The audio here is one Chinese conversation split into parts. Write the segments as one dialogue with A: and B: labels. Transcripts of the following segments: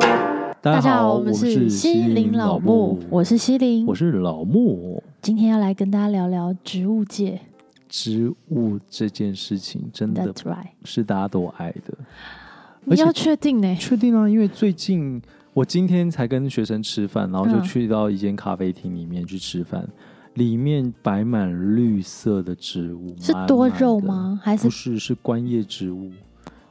A: 大
B: 大家好，
A: 我
B: 我们
A: 西
B: 是西林老木，我是西林，
A: 我是老木。
B: 今天要来跟大家聊聊植物界
A: 植物这件事情真的
B: ，That's right，
A: 是大家都爱的，嗯而
B: 你
A: 且
B: 要确定呢、
A: 确定啊？因为最近我今天才跟学生吃饭，然后就
B: 嗯
A: 去到一间咖啡厅里面去吃饭，里面摆满绿色的植物，
B: 是
A: 满
B: 多
A: 满
B: 肉
A: 的？
B: 吗？还
A: 不
B: 是
A: 是，是观叶植物，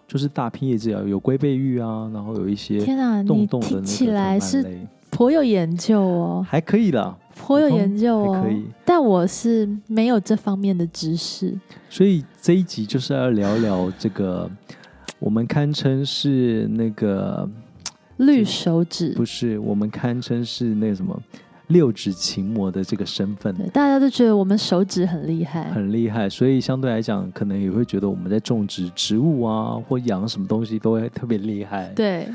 A: 就是大片叶植啊，有龟背芋啊，然后有一些
B: 天啊，
A: 洞
B: 你
A: 洞的那
B: 听
A: 个
B: 起
A: 藤
B: 来
A: 蔓
B: 是
A: 类
B: 颇有研究哦，
A: 还可以啦，
B: 颇有研究
A: 还
B: 哦
A: 可，以。
B: 但我是没有这方面的知识，
A: 所以这一集就是要聊聊这个，我们堪称是那个
B: 绿手指
A: 不。是，我们堪称是那个什么六指琴魔的这个身份
B: 对，大家都觉得我们手指很厉害，
A: 很厉害，所以相对来讲，可能也会觉得我们在种植植物啊，或养什么东西都会特别厉害。，
B: 对，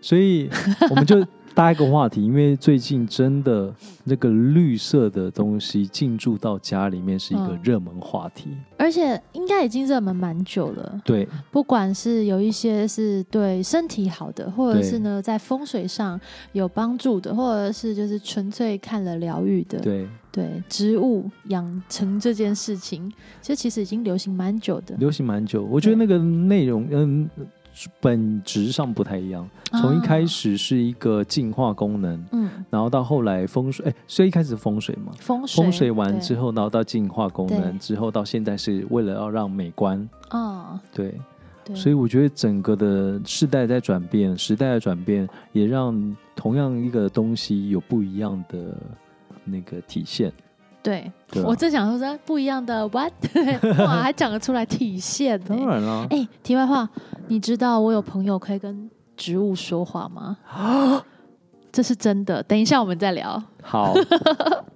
A: 所以我们就搭一个话题，因为最近真的那个绿色的东西进驻到家里面是一个
B: 嗯
A: 热门话题。
B: 而且应该已经热门蛮久了。
A: 对，
B: 不管是有一些是对身体好的，或者
A: 对
B: 是呢在风水上有帮助的，或者是就是纯粹看了疗愈的，
A: 对。
B: 对植物养成这件事情，其实其实已经流行蛮久的。
A: 流行蛮久，我觉得那个内容嗯本质上不太一样。从一开
B: 啊，
A: 始是一个净化功能，
B: 嗯，
A: 然后到后来风水，哎、所以一开始风水嘛，
B: 风水
A: 风水完之
B: 后，
A: 后，然后到净化功能
B: 对
A: 之后，到现在是为了要让美观，
B: 啊、
A: 对，
B: 对，
A: 所以我觉得整个的世代在转变，时代的转变，也让同样一个东西有不一样的那个体现，
B: 对
A: 对啊吧
B: 我正想说这不一样的 what，哇，还讲得出来体现呢、
A: 当然啦，
B: 哎、题外话，你知道我有朋友可以跟植物说话 吗？这是真的。等一下我们再聊，
A: 好，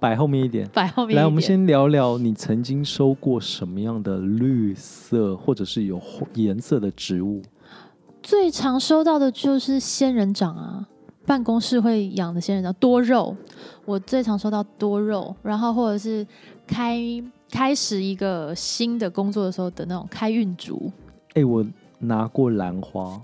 A: 摆后面一点。
B: 摆后面一点
A: 来，我们先聊聊你曾经收过什么样的绿色或者是有颜色的植物？
B: 最常收到的就是仙人掌啊，办公室会养的仙人掌，多肉。我最常收到多肉，然后或者是开开始一个新的工作的时候的那种开运竹。
A: 哎，我拿过兰 花，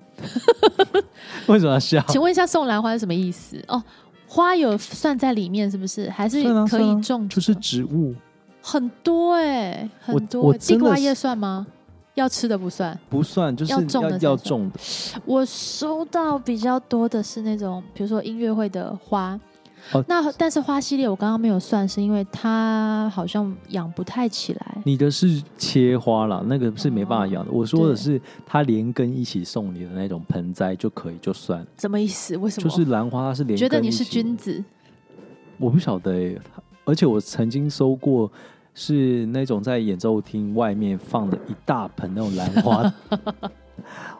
A: 为什么要笑？
B: 请问一下，送兰花是什么意思？哦，花有算在里面是不是？还是
A: 算啊
B: 可
A: 算
B: 以
A: 啊
B: 种
A: 就
B: 植的？
A: 是植物，
B: 很多哎、
A: 我
B: 很
A: 我
B: 多、欸。地
A: 真的
B: 瓜
A: 是
B: 叶算吗？要吃的不算。
A: 不算，就是
B: 要种的
A: 要
B: 才
A: 要
B: 算
A: 种的
B: 我收到比较多的是那种，比如说音乐会的花。
A: 哦
B: 那但是花系列我刚刚没有算，是因为它好像养不太起来。
A: 你的是切花啦，那个是没办法养的。我说的
B: 哦对
A: 是它连根一起送你的那种盆栽就可以，就算。
B: 什么意思？为什
A: 就
B: 么？
A: 是兰花，它是连根
B: 觉得你是
A: 一起
B: 君子
A: 我不晓得、欸，而且我曾经收过是那种在演奏厅外面放的一大盆那种兰花，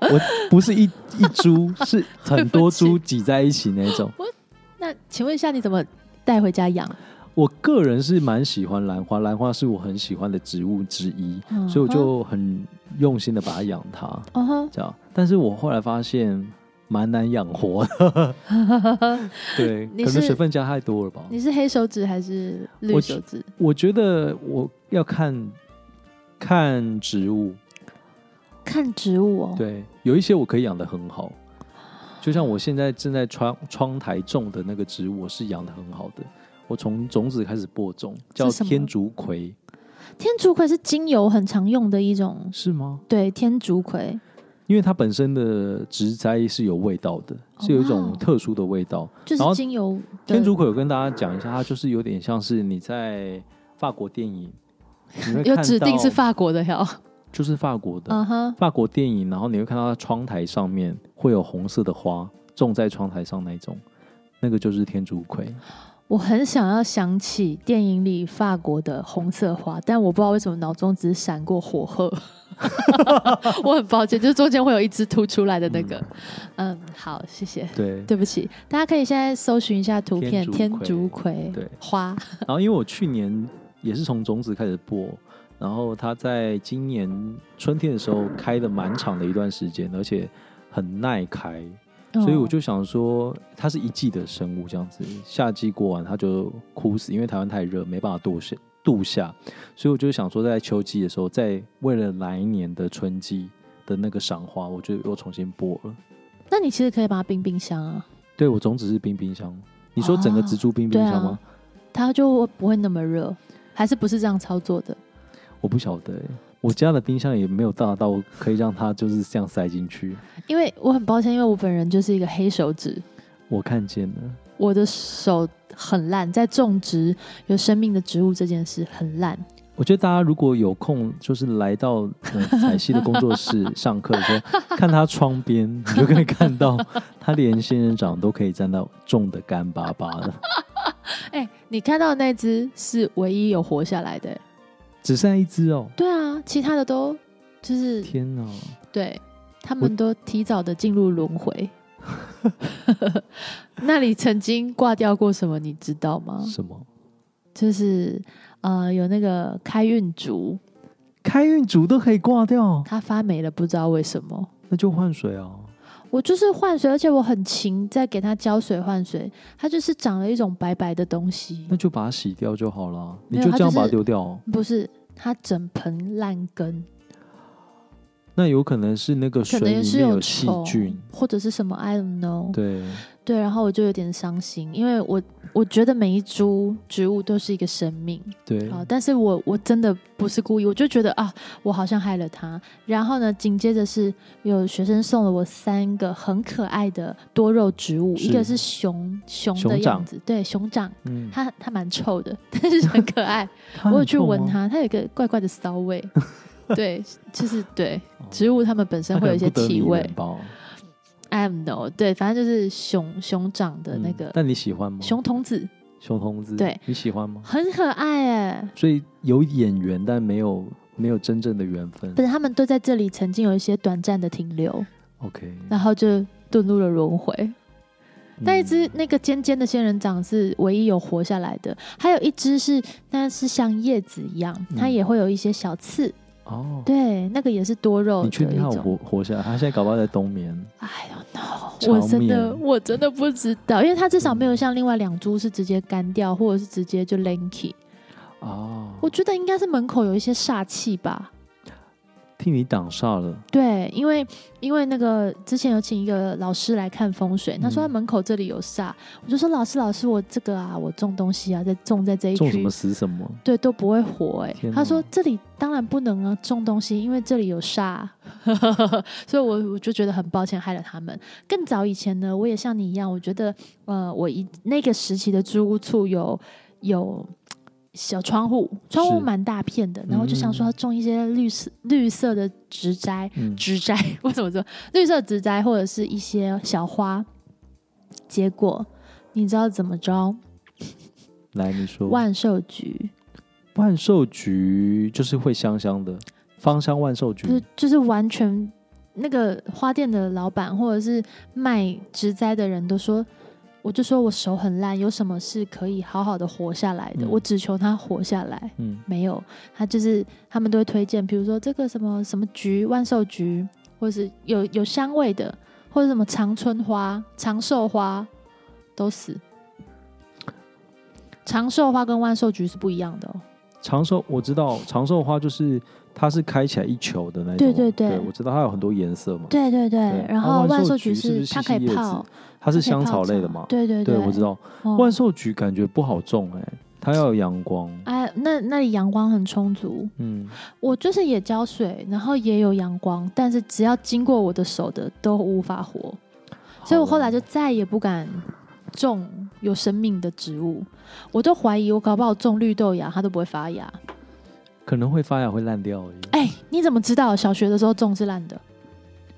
A: 我不是一一株，是很多株挤在一起那种。
B: 那请问一下，你怎么带回家养？
A: 我个人是蛮喜欢兰花，兰花是我很喜欢的植物之一，
B: 嗯
A: 所以我就很用心的把它养它，
B: 嗯哼，
A: 这样。但是我后来发现蛮难养活的， 对，
B: 你
A: 可能
B: 是
A: 水分加太多了吧。
B: 你是黑手指还是绿
A: 我
B: 手指？
A: 我觉得我要看看植物，
B: 看植物哦。
A: 对，有一些我可以养的很好，就像我现在正在窗窗台种的那个植物，我是养的很好的。我从种子开始播种，叫
B: 什么
A: 天竺葵，
B: 天竺葵是精油很常用的一种，
A: 是吗？
B: 对，天竺葵。
A: 因为它本身的植栽是有味道的，
B: 哦
A: 是有一
B: 哇
A: 种
B: 哦
A: 特殊的味道。
B: 就
A: 然后
B: 是精油的
A: 天竺葵，我跟大家讲一下，它就是有点像是你在法国电影，你会
B: 有
A: 看
B: 指定
A: 到
B: 是法国的哟。
A: 就是法国的，
B: 嗯哼，
A: 法国电影，然后你会看到它窗台上面会有红色的花种在窗台上那一种，那个就是天竺葵。
B: 我很想要想起电影里法国的红色花，但我不知道为什么脑中只闪过火 鹤。我很抱歉，就是中间会有一只凸出来的那个。嗯，好，谢谢。
A: 对，
B: 对不起，大家可以现在搜寻一下图片，
A: 天
B: 天
A: 竺
B: 竺葵
A: 对
B: 花。
A: 然后因为我去年也是从种子开始播，然后它在今年春天的时候开的蛮长的一段时间，而且很耐开，所
B: 嗯
A: 以我就想说它是一季的生物这样子，夏季过完它就枯死，因为台湾太热，没办法度夏度夏，所以我就想说在秋季的时候，在为了来年的春季的那个赏花，我就又重新播了。
B: 嗯那你其实可以把它冰冰箱啊，
A: 对我种子是冰冰箱，你说整个植株冰冰
B: 对
A: 箱吗
B: 啊？，它就不会那么热，还是不是这样操作的？
A: 我不晓得、欸，我家的冰箱也没有大到可以让它就是这样塞进去。
B: 因为我很抱歉，因为我本人就是一个黑手指，
A: 我看见了，
B: 我的手很烂，在种植有生命的植物这件事很烂。
A: 我觉得大家如果有空，就是来到呃彩西的工作室上课的时 候，看他窗边，你就可以看到他连仙人掌都可以沾到种的干巴巴的，
B: 哎、你看到的那只是唯一有活下来的、欸
A: 只剩一只哦，
B: 对啊，其他的都就是
A: 天哪！
B: 对，他们都提早的进入轮回。 那你曾经挂掉过什么？你知道吗？
A: 什么
B: 就是呃，有那个开运竹，
A: 开运竹都可以挂掉，
B: 它发霉了，不知道为什么。
A: 那就换水啊。
B: 我就是换水，而且我很勤在给它浇水换水，它就是长了一种白白的东西
A: 那，就把它洗掉就好了，
B: 没
A: 你
B: 有
A: 就这样
B: 它就是
A: 把它丢掉哦、
B: 不是它整盆烂根，
A: 那有可能是那个
B: 可
A: 水
B: 能
A: 里
B: 也是
A: 面有细
B: 虫
A: 菌，
B: 或者是什么，I don't know。
A: 对，
B: 对，然后我就有点伤心，因为我我觉得每一株植物都是一个生命，
A: 对，
B: 好，但是我我真的不是故意，我就觉得啊，我好像害了他。然后呢，紧接着是有学生送了我三个很可爱的多肉植物，一
A: 是
B: 个是熊熊的
A: 熊掌
B: 样子，对，熊掌，
A: 嗯，
B: 它它蛮臭的，但是很 可爱。
A: 它
B: 我有
A: 很
B: 去
A: 痛哦
B: 闻
A: 吗，
B: 它，它有一个怪怪的骚味， 对，就是对
A: 哦
B: 植物它们本
A: 它
B: 身会有一
A: 可
B: 些
A: 能不得
B: 体
A: 迷
B: 味
A: 人吧
B: ，I don't know，对，反正就是熊熊掌的那
A: 嗯
B: 个
A: 但你喜欢吗？
B: 熊童子，
A: 熊童子，
B: 对，
A: 你喜欢吗？
B: 很可爱哎。
A: 所以有眼缘，但没有没有真正的缘分
B: 不。是，他们都在这里曾经有一些短暂的停留，
A: OK，
B: 然后就遁入了轮回。那一只
A: 嗯
B: 那个尖尖的仙人掌是唯一有活下来的，还有一只是那是像叶子一样，它
A: 嗯
B: 也会有一些小刺，
A: 哦，
B: 对，那个也是多肉的
A: 你确定
B: 一
A: 它有
B: 种。
A: 活活下来？它现在搞不好在冬眠。
B: 哎呦 no！我
A: 长
B: 真的
A: 面
B: 我真的不知道，因为它至少没有像另外两株是直接干掉，或者是直接就 lanky。
A: 哦，
B: 我觉得应该是门口有一些煞气吧。
A: 替你挡煞了，
B: 对，因为因为那个之前有请一个老师来看风水，他说他
A: 嗯
B: 门口这里有煞，我就说老师老师，我这个啊，我种东西啊，在种在这一
A: 种什
B: 区
A: 么，死什么。
B: 对，都不会活哎、
A: 天
B: 他
A: 哪
B: 说这里当然不能啊，种东西，因为这里有煞， 所以我我就觉得很抱歉，害了他们。更早以前呢，我也像你一样，我觉得呃，我一那个时期的租屋处有有。小窗户，窗户
A: 是
B: 蛮大片的，然后我就想说
A: 嗯
B: 要种一些绿色绿色的植栽，
A: 嗯，
B: 植栽， 为什么说绿色植栽或者是一些小花？结果你知道怎么着？
A: 来你说，
B: 万寿菊
A: 万寿菊就是会香香的，芳香万寿
B: 就是
A: 菊，
B: 就是完全那个花店的老板或者是卖植栽的人都说，我就说我手很烂，有什么是可以好好的活下来的？
A: 嗯
B: 我只求他活下来。
A: 嗯，
B: 没有，他就是他们都会推荐，比如说这个什么什么菊、万寿菊，或者是有有香味的，或者什么长春花、长寿花，都死。长寿花跟万寿菊是不一样的哦。
A: 长寿我知道，长寿花就是它是开起来一球的那种，
B: 对对对
A: 我知道它有很多颜色嘛，
B: 对对对，
A: 对
B: 然
A: 啊
B: 后
A: 万
B: 万
A: 寿
B: 寿
A: 菊
B: 菊
A: 是不是
B: 它
A: 细
B: 可以
A: 细叶子
B: 泡，
A: 它是
B: 它可以
A: 香草
B: 泡
A: 类的
B: 茶
A: 嘛，
B: 对对
A: 对，我知。道，
B: 哦
A: 万寿菊感觉不好种哎、它要有阳光，
B: 哎，那那里阳光很充足，
A: 嗯，
B: 我就是也浇水，然后也有阳光，但是只要经过我的手的都无法活。所以我后
A: 哦啊
B: 来就再也不敢种有生命的植物，我都怀疑我搞不好种绿豆芽它都不会发芽。
A: 可能会发芽会烂掉而已。
B: 哎、你怎么知道小学的时候种是烂的？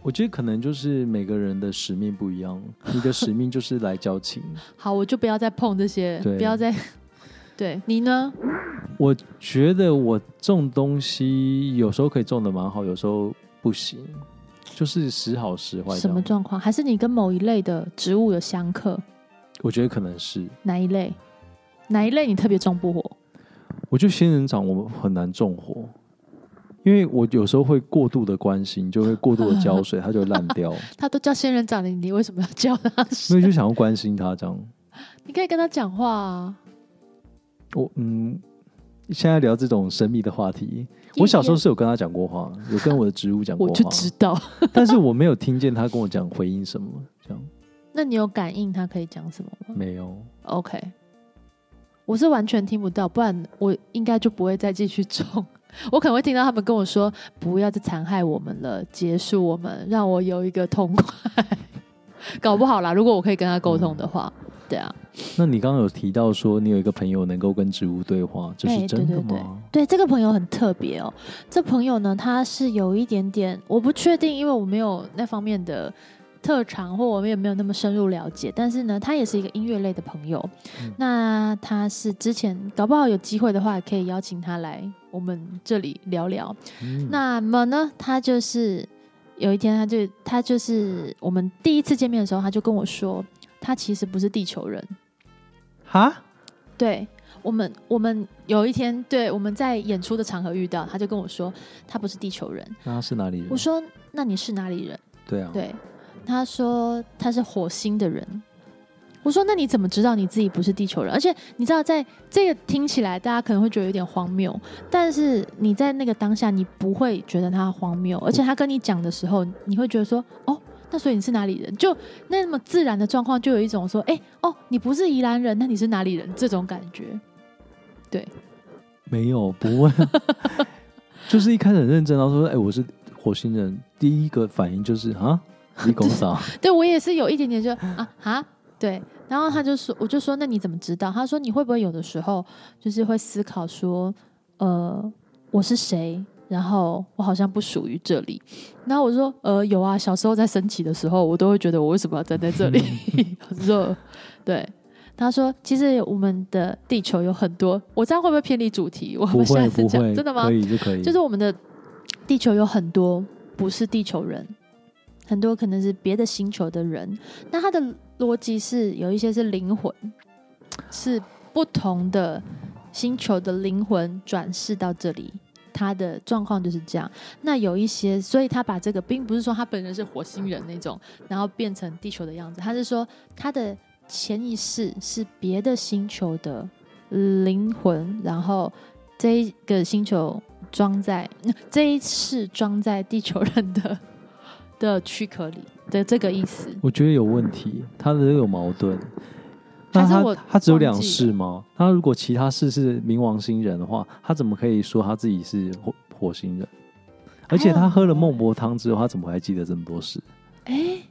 A: 我觉得可能就是每个人的使命不一样，你的使命就是来交情。
B: 好，我就不要再碰这些，
A: 对
B: 不要再。 对你呢？
A: 我觉得我种东西有时候可以种的蛮好，有时候不行，就是时好时坏。
B: 什么？状况？还是你跟某一类的植物有相克？
A: 我觉得可能是，
B: 哪一类？哪一类你特别种不活？
A: 我觉得仙人掌我们很难种活。因为我有时候会过度的关心，就会过度 的浇水，它就会烂掉。
B: 它都叫仙人掌了，你为什么要叫 它？
A: 所以就想要关心它这样。
B: 你可以跟它讲话啊。
A: 我嗯，现在聊这种神秘的话题，我小时候是有跟他讲过话，有跟我的植物讲过
B: 我就
A: 话，
B: 知道，
A: 但是我没有听见他跟我讲回应什么。这样，
B: 那你有感应它可以讲什么吗
A: 没有，
B: ？OK，我是完全听不到，不然我应该就不会再继续种。 我可能会听到他们跟我说：“不要再残害我们了，结束我们，让我有一个痛快。” 搞不好啦，如果我可以跟他沟通的话，对啊，
A: 那你刚刚有提到说你有一个朋友能够跟植物对话，这
B: 哎
A: 是
B: 对
A: 真的
B: 对对
A: 吗？
B: 对，这个朋友很特别哦。这朋友呢，他是有一点点，我不确定，因为我没有那方面的特长，或我们也没有那么深入了解。但是呢，他也是一个音乐类的朋友。
A: 嗯
B: 那他是之前搞不好有机会的话，可以邀请他来我们这里聊聊。
A: 嗯
B: 那么呢，他就是有一天，他就他就是我们第一次见面的时候，他就跟我说，他其实不是地球人。
A: 哈，
B: 对我们，我们有一天，对我们在演出的场合遇到，他就跟我说他不是地球人。
A: 那他是哪里人
B: 我？说那你是哪里人？
A: 对啊，
B: 对，他说他是火星的人。我说那你怎么知道你自己不是地球人？而且你知道，在这个听起来大家可能会觉得有点荒谬，但是你在那个当下你不会觉得他荒谬，而且他跟你讲的时候，你会觉得说哦。那所以你是哪里人？就那么自然的状况，就有一种说，哎、哦，你不是宜兰人，那你是哪里人？这种感觉。
A: 没有，不会 啊，就是一开始很认真，然后说：“哎、我是火星人。”第一个反应就是啊，你公啥？
B: 对我也是有一点点就啊哈，对。然后他就说，我就说那你怎么知道？他说你会不会有的时候就是会思考说，呃，我是谁？然后我好像不属于这里。然后我说，呃，有啊，小时候在升旗的时候，我都会觉得我为什么要站在 这里，很热。对，他说，其实我们的地球有很多，我这样会不会偏离主题？我
A: 不
B: 们下
A: 会，
B: 次
A: 不
B: 讲
A: 会，
B: 真的吗？
A: 可以就可以，
B: 就是我们的地球有很多不是地球人，很多可能是别的星球的人。那他的逻辑是有一些是灵魂，是不同的星球的灵魂转世到这里。他的状况就是这样。那有一些，所以他把这个，并不是说他本人是火星人那种，然后变成地球的样子。他是说他的潜意识是别的星球的灵魂，然后这一个星球装在 这一世装在地球人的的躯壳里的这个意思。
A: 我觉得有问题，他的有矛盾。
B: 还
A: 那
B: 是
A: 他
B: 我
A: 他只有
B: 忘记
A: 两世吗？他如果其他世是冥王星人的话，他怎么可以说他自己是火火星人？而且他喝了孟婆汤之后，他怎么还记得这么多事？
B: 哎、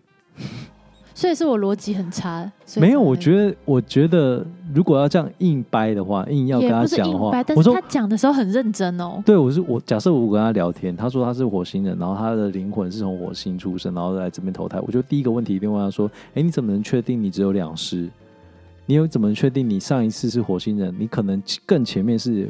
B: 所以是我逻辑很差。所以
A: 没有，我
B: 得
A: 觉得，我觉得如果要这样硬掰的话，硬要跟
B: 也
A: 他
B: 不是
A: 讲的
B: 硬
A: 话
B: 掰，，但
A: 我
B: 是
A: 说
B: 他讲的时候很认真哦。
A: 对，我是我假设我跟他聊天，他说他是火星人，然后他的灵魂是从火星出生，然后来这边投胎。我就第一个问题一定问他说：“哎，你怎么能确定你只有两世？你有怎么确定你上一次是火星人？你可能更前面是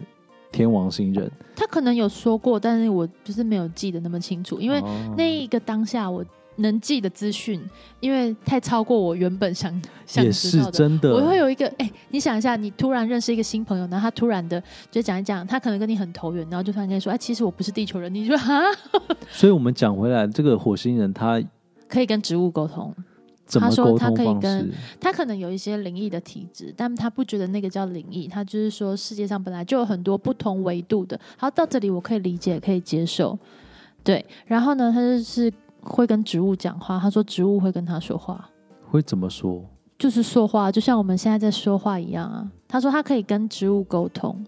A: 天王星人，
B: 他可能有说过，但是我就是没有记得那么清楚，因为
A: 哦
B: 那一个当下我能记的资讯，因为太超过我原本想想
A: 也
B: 知
A: 是
B: 道的。
A: 真的。
B: 我会有一个，哎、你想一下，你突然认识一个新朋友，然后他突然的就讲一讲，他可能跟你很投缘，然后就突然跟你说，哎、其实我不是地球人，你就啊，
A: 所以我们讲回来，这个火星人他
B: 可以跟植物沟通。
A: 怎么
B: 他说
A: 沟
B: 他
A: 通
B: 可以
A: 方
B: 跟
A: 式？
B: 他可能有一些灵异的体质，但他不觉得那个叫灵异，他就是说世界上本来就有很多不同维度的。好，到这里我可以理解，可以接受。对，然后呢，他就是会跟植物讲话，他说植物会跟他说话，
A: 会怎么说？
B: 就是说话，就像我们现在在说话一样啊。他说他可以跟植物沟通，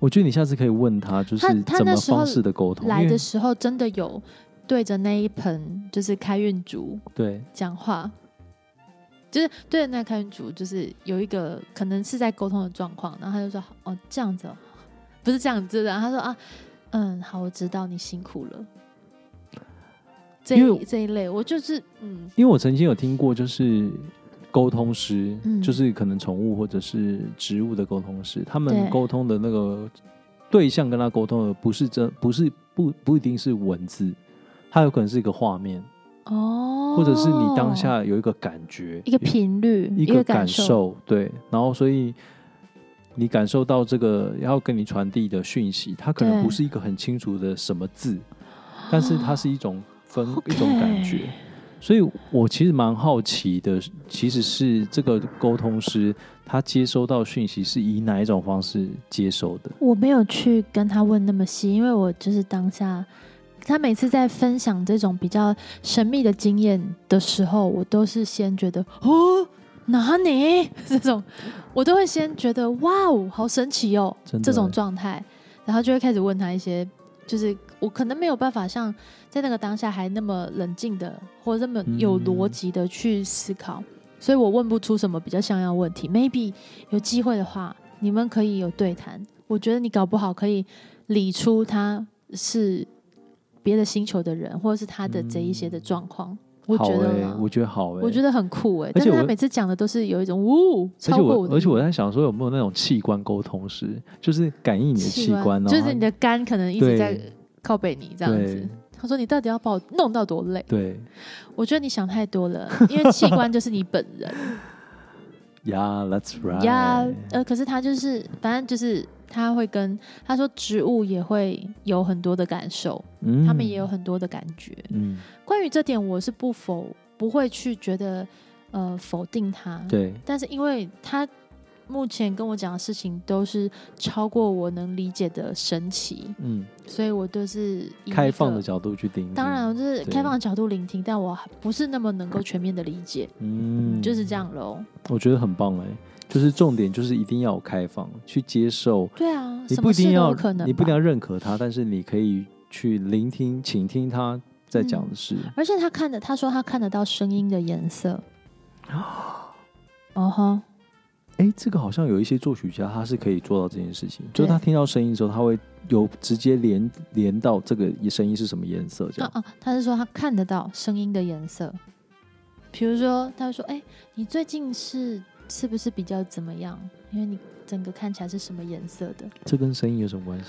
A: 我觉得你下次可以问他，就是
B: 他他
A: 怎
B: 那
A: 么
B: 时候
A: 方式的沟通？
B: 来
A: 因
B: 的
A: 为
B: 时候真的有对着那一盆就是开运竹
A: 对，
B: 讲话，就是对着那开运组，就是有一个可能是在沟通的状况，然后他就说：“哦，这样子、哦，不是这样子的。”他说：“啊，嗯，好，我知道你辛苦了。”这
A: 因
B: 一
A: 为
B: 这一类，我就是嗯，
A: 因为我曾经有听过，就是沟通师，
B: 嗯
A: 就是可能宠物或者是植物的沟通师，他们
B: 对
A: 沟通的那个对象跟他沟通的不是真，不是不不一定是文字，它有可能是一个画面，
B: 哦，
A: 或者是你当下有一个感觉，
B: 一个频率，
A: 一
B: 个
A: 个
B: 感
A: 感，受，对，然后所以。你感受到这个要跟你传递的讯息，它可能
B: 对
A: 不是一个很清楚的什么字，但是它是一种分一种感觉。所以我其实蛮好奇的，其实是这个沟通师他接收到讯息是以哪一种方式接收的？
B: 我没有去跟他问那么细，因为我就是当下他每次在分享这种比较神秘的经验的时候，我都是先觉得哦，哪里 这种，我都会先觉得哇哦，好神奇哦
A: 真，的
B: 这种状态，然后就会开始问他一些，就是我可能没有办法像在那个当下还那么冷静的，或者那么有
A: 嗯
B: 逻辑的去思考，所以我问不出什么比较像样的问题。Maybe 有机会的话，你们可以有对谈，我觉得你搞不好可以理出他是别的星球的人，或者是他的这一些的状况。我
A: 好
B: 觉得
A: 欸
B: 啦，
A: 我觉得好哎、
B: 我觉得很酷哎、
A: 而
B: 但
A: 且
B: 是他
A: 我
B: 每次讲的都是有一种呜，
A: 而
B: 超
A: 且
B: 过
A: 我，
B: 的
A: 而且我在想说，有没有那种器官沟通师，就是感应你的器官，然后
B: 就是你的肝可能一直
A: 对
B: 在靠背你这
A: 它
B: 样子
A: 对。
B: 他说：“你到底要把我弄到多 累
A: 对？”
B: 我觉得你想太多了，因为器官就是你本人
A: ，Yeah，that's right，
B: 呀。呃，可是他就是，反正就是他会跟他说，植物也会有很多的感受，
A: 嗯
B: 他们也有，很多的感觉。
A: 嗯，
B: 关于这点，我是不否不会去觉得呃否定他，
A: 对，
B: 但是因为他目前跟我讲的事情都是超过我能理解的神奇，
A: 嗯，
B: 所以我就是以一个
A: 开放的角度去聆听，
B: 当然，我就
A: 对
B: 是开放的角度聆听，但我不是那么能够全面的理解，
A: 嗯，
B: 就是这，样喽。
A: 我觉得很棒哎、就是重点就是一定要有开放，去接受，
B: 对啊，
A: 你
B: 什
A: 不
B: 么
A: 一定
B: 事都
A: 要
B: 有可能吧，
A: 你不一定要认可他，但是你可以去聆听、倾听他在讲
B: 嗯
A: 的事。
B: 而且他看的，他说他看得到声音的颜色。哦吼，
A: 哎、这个好像有一些作曲家他是可以做到这件事情，就
B: 对
A: 是他听到声音之后，他会有直接连连到这个声音是什么颜色这
B: 那
A: 样。
B: 啊，他是说他看得到声音的颜色，比如说，他会说：“哎、你最近是是不是比较怎么样？因为你整个看起来是什么颜色的
A: 这跟声音有什么关系？？”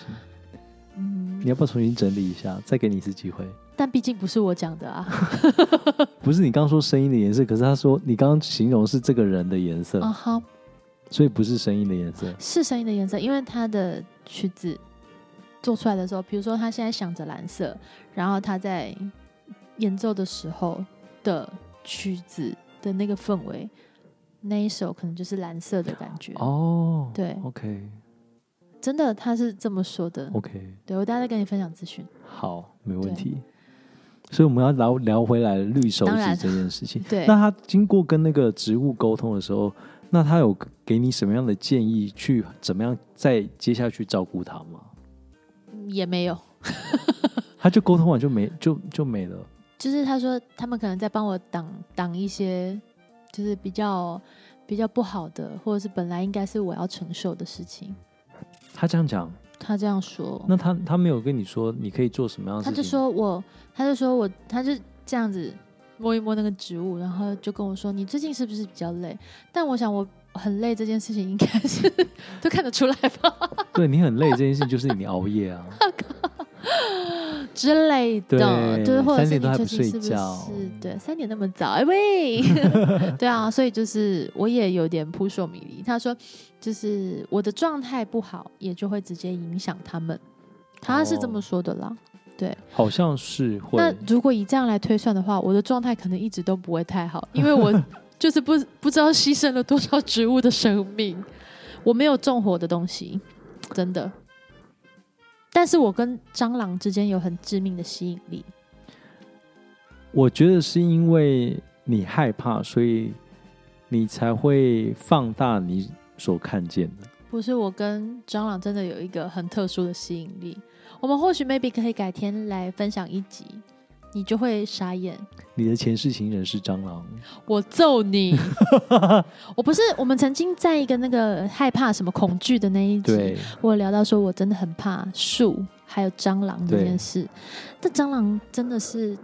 B: 嗯
A: 你，要不要重新整理一下？再给你一次机会。
B: 但毕竟不是我讲的 啊。
A: 不是你刚说声音的颜色，可是他说你刚刚形容是这个人的颜色，
B: 啊哈，
A: 所以不是声音的颜色。
B: 是声音的颜色，因为他的曲子做出来的时候，比如说他现在想着蓝色，然后他在演奏的时候的曲子的那个氛围，那一首可能就是蓝色的感觉。
A: 哦，
B: 对，
A: ，OK
B: 真的他是这么说的。
A: OK，
B: 对，我待会再跟你分享资讯。
A: 好，没问题。所以我们要聊聊回来绿手
B: 当然
A: 指这件事情。
B: 对
A: 那，他经过跟那个植物沟通的时候，那他有给你什么样的建议去怎么样再接下去照顾他吗？
B: 也没有，
A: 他就沟通完就没就就没了。
B: 就是他说他们可能在帮我挡挡一些，就是比较比较不好的，或者是本来应该是我要承受的事情。
A: 他这样讲，
B: 他这样说，
A: 那他他没有跟你说你可以做什么样的
B: 他
A: 事情？
B: 就说我，他就说我，他就这样子摸一摸那个植物，然后就跟我说：“你最近是不是比较累？”但我想我很累这件事情应该是 都看得出来吧
A: 对你很累这件事情就是你熬夜啊，
B: 之类的，
A: 对
B: 就是或者
A: 三
B: 是
A: 点都
B: 你
A: 还
B: 最
A: 不
B: 近是不
A: 睡觉
B: 是对三点那么早？哎喂， 对啊，所以就是我也有点扑朔迷离。他说就是我的状态不好，也就会直接影响他们，他是这么
A: 哦
B: 说的啦。
A: 好像是会
B: 那如果以这样来推算的话，我的状态可能一直都不会太好，因 为我就是不不知道牺牲了多少植物的生命，我没有种活的东西，真的。但是我跟蟑螂之间有很致命的吸引力，
A: 我觉得是因为你害怕，所以你才会放大你所看见的。
B: 不是我跟蟑螂真的有一个很特殊的吸引力。我们或许 maybe 可以改天来分享一集，你就会傻眼。
A: 你的前世情人是蟑螂，
B: 我揍你！我不是，我们曾经在一个那个害怕什么恐惧的那一集，
A: 对，
B: 我有聊到说，我真的很怕树还有蟑螂这件事。这蟑螂真的是，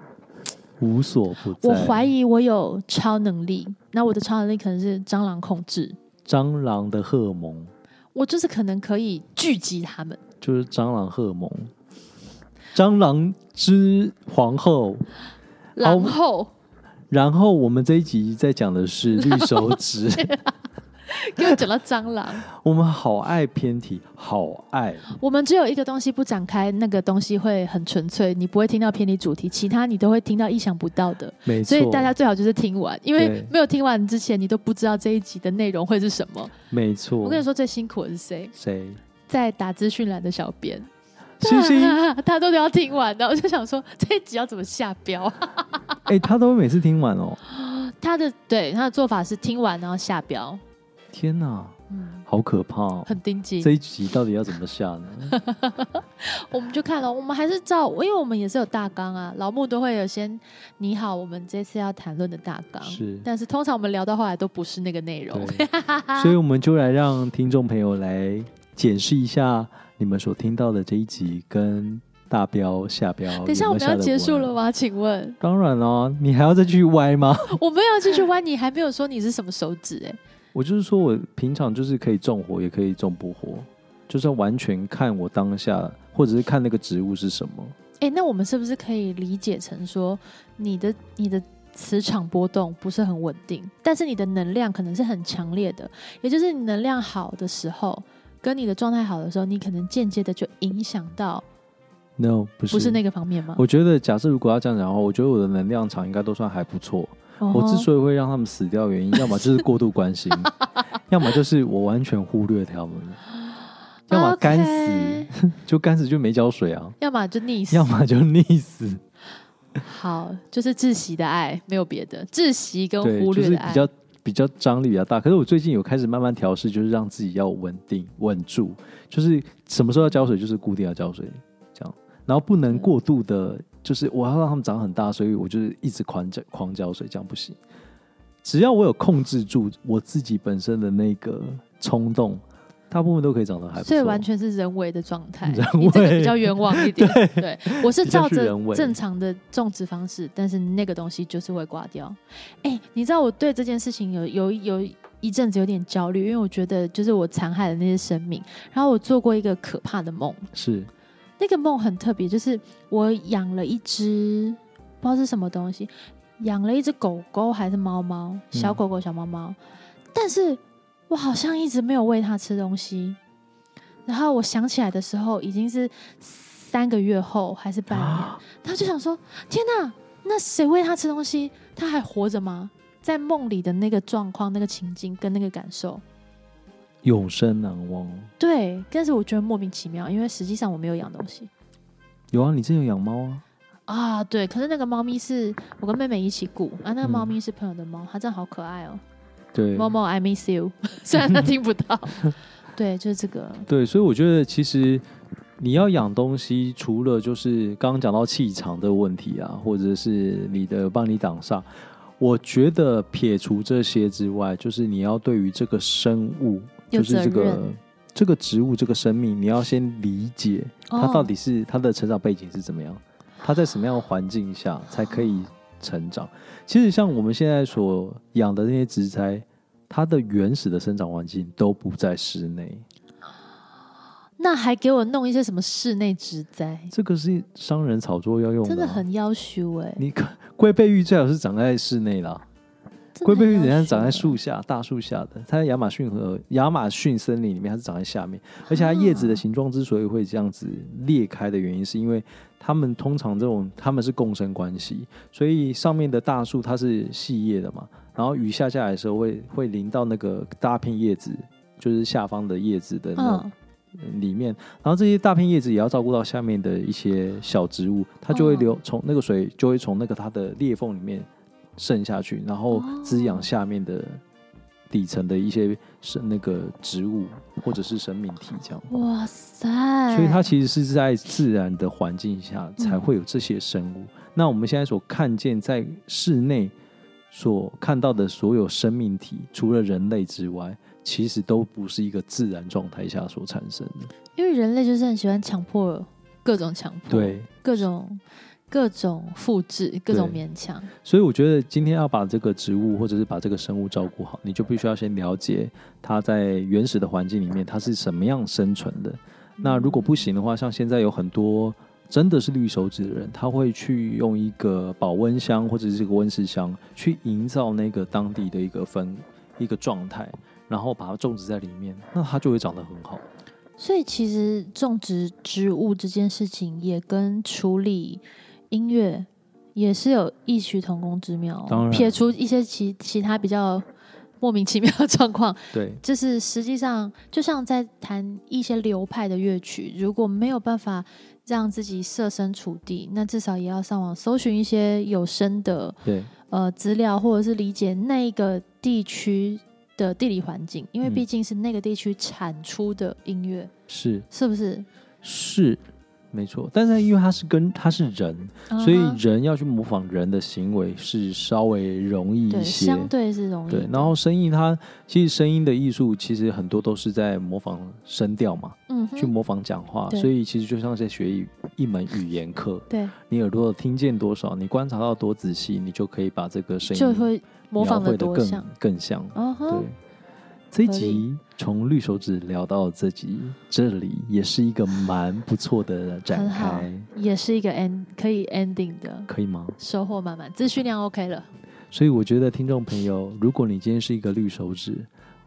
A: 无所不在。
B: 我怀疑我有超能力。那我的超能力可能是蟑螂控制，
A: 蟑螂的荷尔蒙
B: 我就是可能可以聚集它们。
A: 就是蟑螂荷尔蒙，蟑螂之皇后。
B: 然后
A: 然后我们这一集在讲的是绿手 指，
B: 给我讲到蟑螂，
A: 我们好爱偏题，好爱。
B: 我们只有一个东西不展开，那个东西会很纯粹，你不会听到偏离主题，其他你都会听到意想不到的。
A: 没错，
B: 所以大家最好就是听完，因为
A: 对
B: 没有听完之前，你都不知道这一集的内容会是什么。
A: 没错。
B: 我跟你说，最辛苦的是谁？
A: 谁？
B: 在打资讯栏的小编。
A: 星星，
B: 他都要听完的，我就想说这一集要怎么下标？
A: 哎、他都每次听完哦，
B: 他的对他的做法是听完然后下标，
A: 天哪，
B: 嗯，
A: 好可怕、哦！
B: 很盯紧
A: 这。一集到底要怎么下 呢？
B: 我们就看了，我们还是照，因为我们也是有大纲啊，老木都会有先拟好我们这次要谈论的大纲，
A: 是
B: 但是通常我们聊到后来都不是那个内容。
A: 对，所以我们就来让听众朋友来检视一下你们所听到的这一集跟大标下标。
B: 等一下，我们要结束了？
A: 啊
B: 吗？请问
A: 当然啦、你还要再继续歪吗？
B: 我们要继续弯，你还没有说你是什么手指哎、
A: 我就是说我平常就是可以纵火，也可以纵不火，就是要完全看我当下，或者是看那个植物是什么。
B: 哎、那我们是不是可以理解成说，你的你的磁场波动不是很稳定，但是你的能量可能是很强烈的，也就是你能量好的时候，跟你的状态好的时候，你可能间接的就影响到
A: No，不是
B: 不是那个方面吗？
A: 我觉得，假设如果要这样讲的话，我觉得我的能量场应该都算还不错。
B: 哦
A: 我之所以会让他们死掉，原因要么就是过度关 心，要么就是我完全忽略他们，要么干死
B: OK
A: 就干死就没浇水啊，
B: 要么就溺死，
A: 要么就溺死。
B: 好，就是窒息的爱，没有别的，窒息跟
A: 对，
B: 忽
A: 就是
B: 略的爱。
A: 比较比较张力比较大。可是我最近有开始慢慢调试，就是让自己要稳定稳住，就是什么时候要浇水，就是固定要浇水这样，然后不
B: 嗯
A: 能过度的，就是我要让它们长很大，所以我就是一直狂浇狂浇水，这样不行。只要我有控制住我自己本身的那个冲动，大部分都可以长得还不错。
B: 所以完全是人为的状态
A: 人，
B: 你这个
A: 为
B: 比较冤枉一点。对，我是
A: 比较
B: 照
A: 是
B: 着
A: 人为
B: 正常的种植方式，但是那个东西就是会挂掉。哎、你知道我对这件事情有有有一阵子有点焦虑，因为我觉得就是我残害了那些生命。然后我做过一个可怕的梦，
A: 是
B: 那个梦很特别，就是我养了一只不知道是什么东西，养了一只狗狗还是猫猫，小狗狗、小猫猫，但是我好像一直没有喂它吃东西。然后我想起来的时候，已经是三个月后还是半年，
A: 啊
B: 他就想说：天哪，那谁喂它吃东西？它还活着吗？在梦里的那个状况、那个情境跟那个感受，
A: 永生难忘。
B: 对，但是我觉得莫名其妙，因为实际上我没有养东西。
A: 有啊，你之前有养猫啊？
B: 啊，对，可是那个猫咪是我跟妹妹一起雇啊，那个
A: 嗯
B: 猫咪是朋友的猫，它真的好可爱哦。
A: 对，
B: 猫猫，I miss you，虽 然它听 不到。对，就是这个，
A: 对，所以我觉得其实你要养东西，除了就是刚刚讲到气场的问题啊，或者是你的帮你挡煞，我觉得撇除这些之外，就是你要对于这个生物，
B: 有
A: 就是这
B: 责
A: 个
B: 任
A: 这个植物这个生命，你要先理解它
B: 哦
A: 到底是、它的成长背景是怎么样，它在什么样的环境下才可以成长。其实像我们现在所养的那些植栽。它的原始的生长环境都不在室内，
B: 哦那还给我弄一些什么室内植栽，
A: 这个是商人炒作要用啊
B: 真的很要求哎、
A: 你看龟背玉最好是长在室内啦，
B: 真的
A: 龟背
B: 很
A: 玉
B: 要
A: 人家
B: 求
A: 长在
B: 欸，
A: 树下、大树下的，它在亚马逊河、亚马逊森林里面，它是长在下面，
B: 啊
A: 而且它叶子的形状之所以会这样子裂开的原因，是因为它们通常这种它们是共生关系，所以上面的大树它是细叶的嘛，然后雨下下来的时候会会淋到那个大片叶子，就是下方的叶子的那种
B: 嗯，
A: 里面，然后这些大片叶子也要照顾到下面的一些小植物，它就会
B: 哦
A: 流从、那个水就会从那个它的裂缝里面渗下去，然后滋养下面的底层的一些是那个植物或者是生命体这样。
B: 嗯哇塞，
A: 所以它其实是在自然的环境下才会有这些生物。那我们现在所看见在室内所看到的所有生命体，除了人类之外，其实都不是一个自然状态下所产生的。
B: 因为人类就是很喜欢强迫各种强迫，，
A: 对，
B: 各种各种复制，各种
A: 对
B: 勉强，
A: 所以我觉得今天要把这个植物或者是把这个生物照顾好，你就必须要先了解它在原始的环境里面它是什么样生存的。那如果不行的话，像现在有很多真的是绿手指的人，他会去用一个保温箱或者是一个温室箱，去营造那个当地的一个氛一个状态，然后把它种植在里面，那它就会长得很好。
B: 所以其实种植植物这件事情也跟处理音乐也是有异曲同工之妙哦、
A: 当然
B: 撇除一些其其他比较莫名其妙的状况，
A: 对，
B: 就是实际上，就像在弹一些流派的乐曲，如果没有办法让自己设身处地，那至少也要上网搜寻一些有声的
A: 对，
B: 呃资料，或者是理解那个地区的地理环境，因为
A: 嗯
B: 毕竟是那个地区产出的音乐，
A: 是
B: 是不是？
A: 是没错。但是因为他是跟他是人，所以
B: 嗯哼
A: 人要去模仿人的行为是稍微容易
B: 对
A: 一些，
B: 相对是容易的。
A: 对，然后声音它其实声音的艺术其实很多都是在模仿声调嘛，
B: 嗯
A: 去
B: 哼，
A: 模仿讲话，
B: 对
A: 所以其实就像在学一一门语言课，
B: 对，
A: 你耳朵听见多少，你观察到多仔细，你就可以把这个声
B: 就
A: 音
B: 会模仿
A: 描
B: 的
A: 绘得
B: 多像
A: 更。更像。
B: 嗯
A: 对
B: 哼，，
A: 这一
B: 合理
A: 集从绿手指聊到这集，这里也是一个蛮不错的展
B: 很好
A: 开，
B: 也是一个 end 可以 ending 的，
A: 可以吗？
B: 收获满满，资讯量 OK 了。
A: 所以我觉得听众朋友，如果你今天是一个绿手指，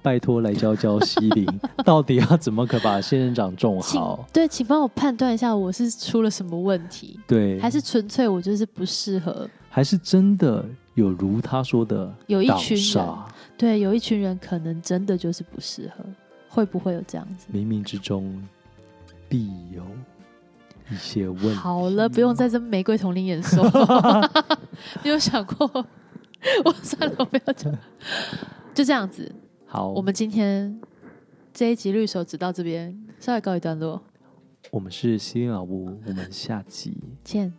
A: 拜托来教教西 林，到底要怎么可把仙人掌种
B: 请
A: 好？
B: 对，请帮我判断一下，我是出了什么问题，
A: 对，
B: 还是纯粹我就是不适合？
A: 还是真的有如他说的
B: 有一
A: 倒
B: 群人，
A: 傻，
B: 对，有一群人可能真的就是不适合，会不会有这样子？
A: 冥冥之中必有一些问题。
B: 好了，不用再这么玫瑰同林演说。你有想过？我算了，我不要讲了。就这样子，
A: 好，
B: 我们今天这一集绿手指到这边稍微告一段落，
A: 我们是西林老屋，我们下集
B: 见。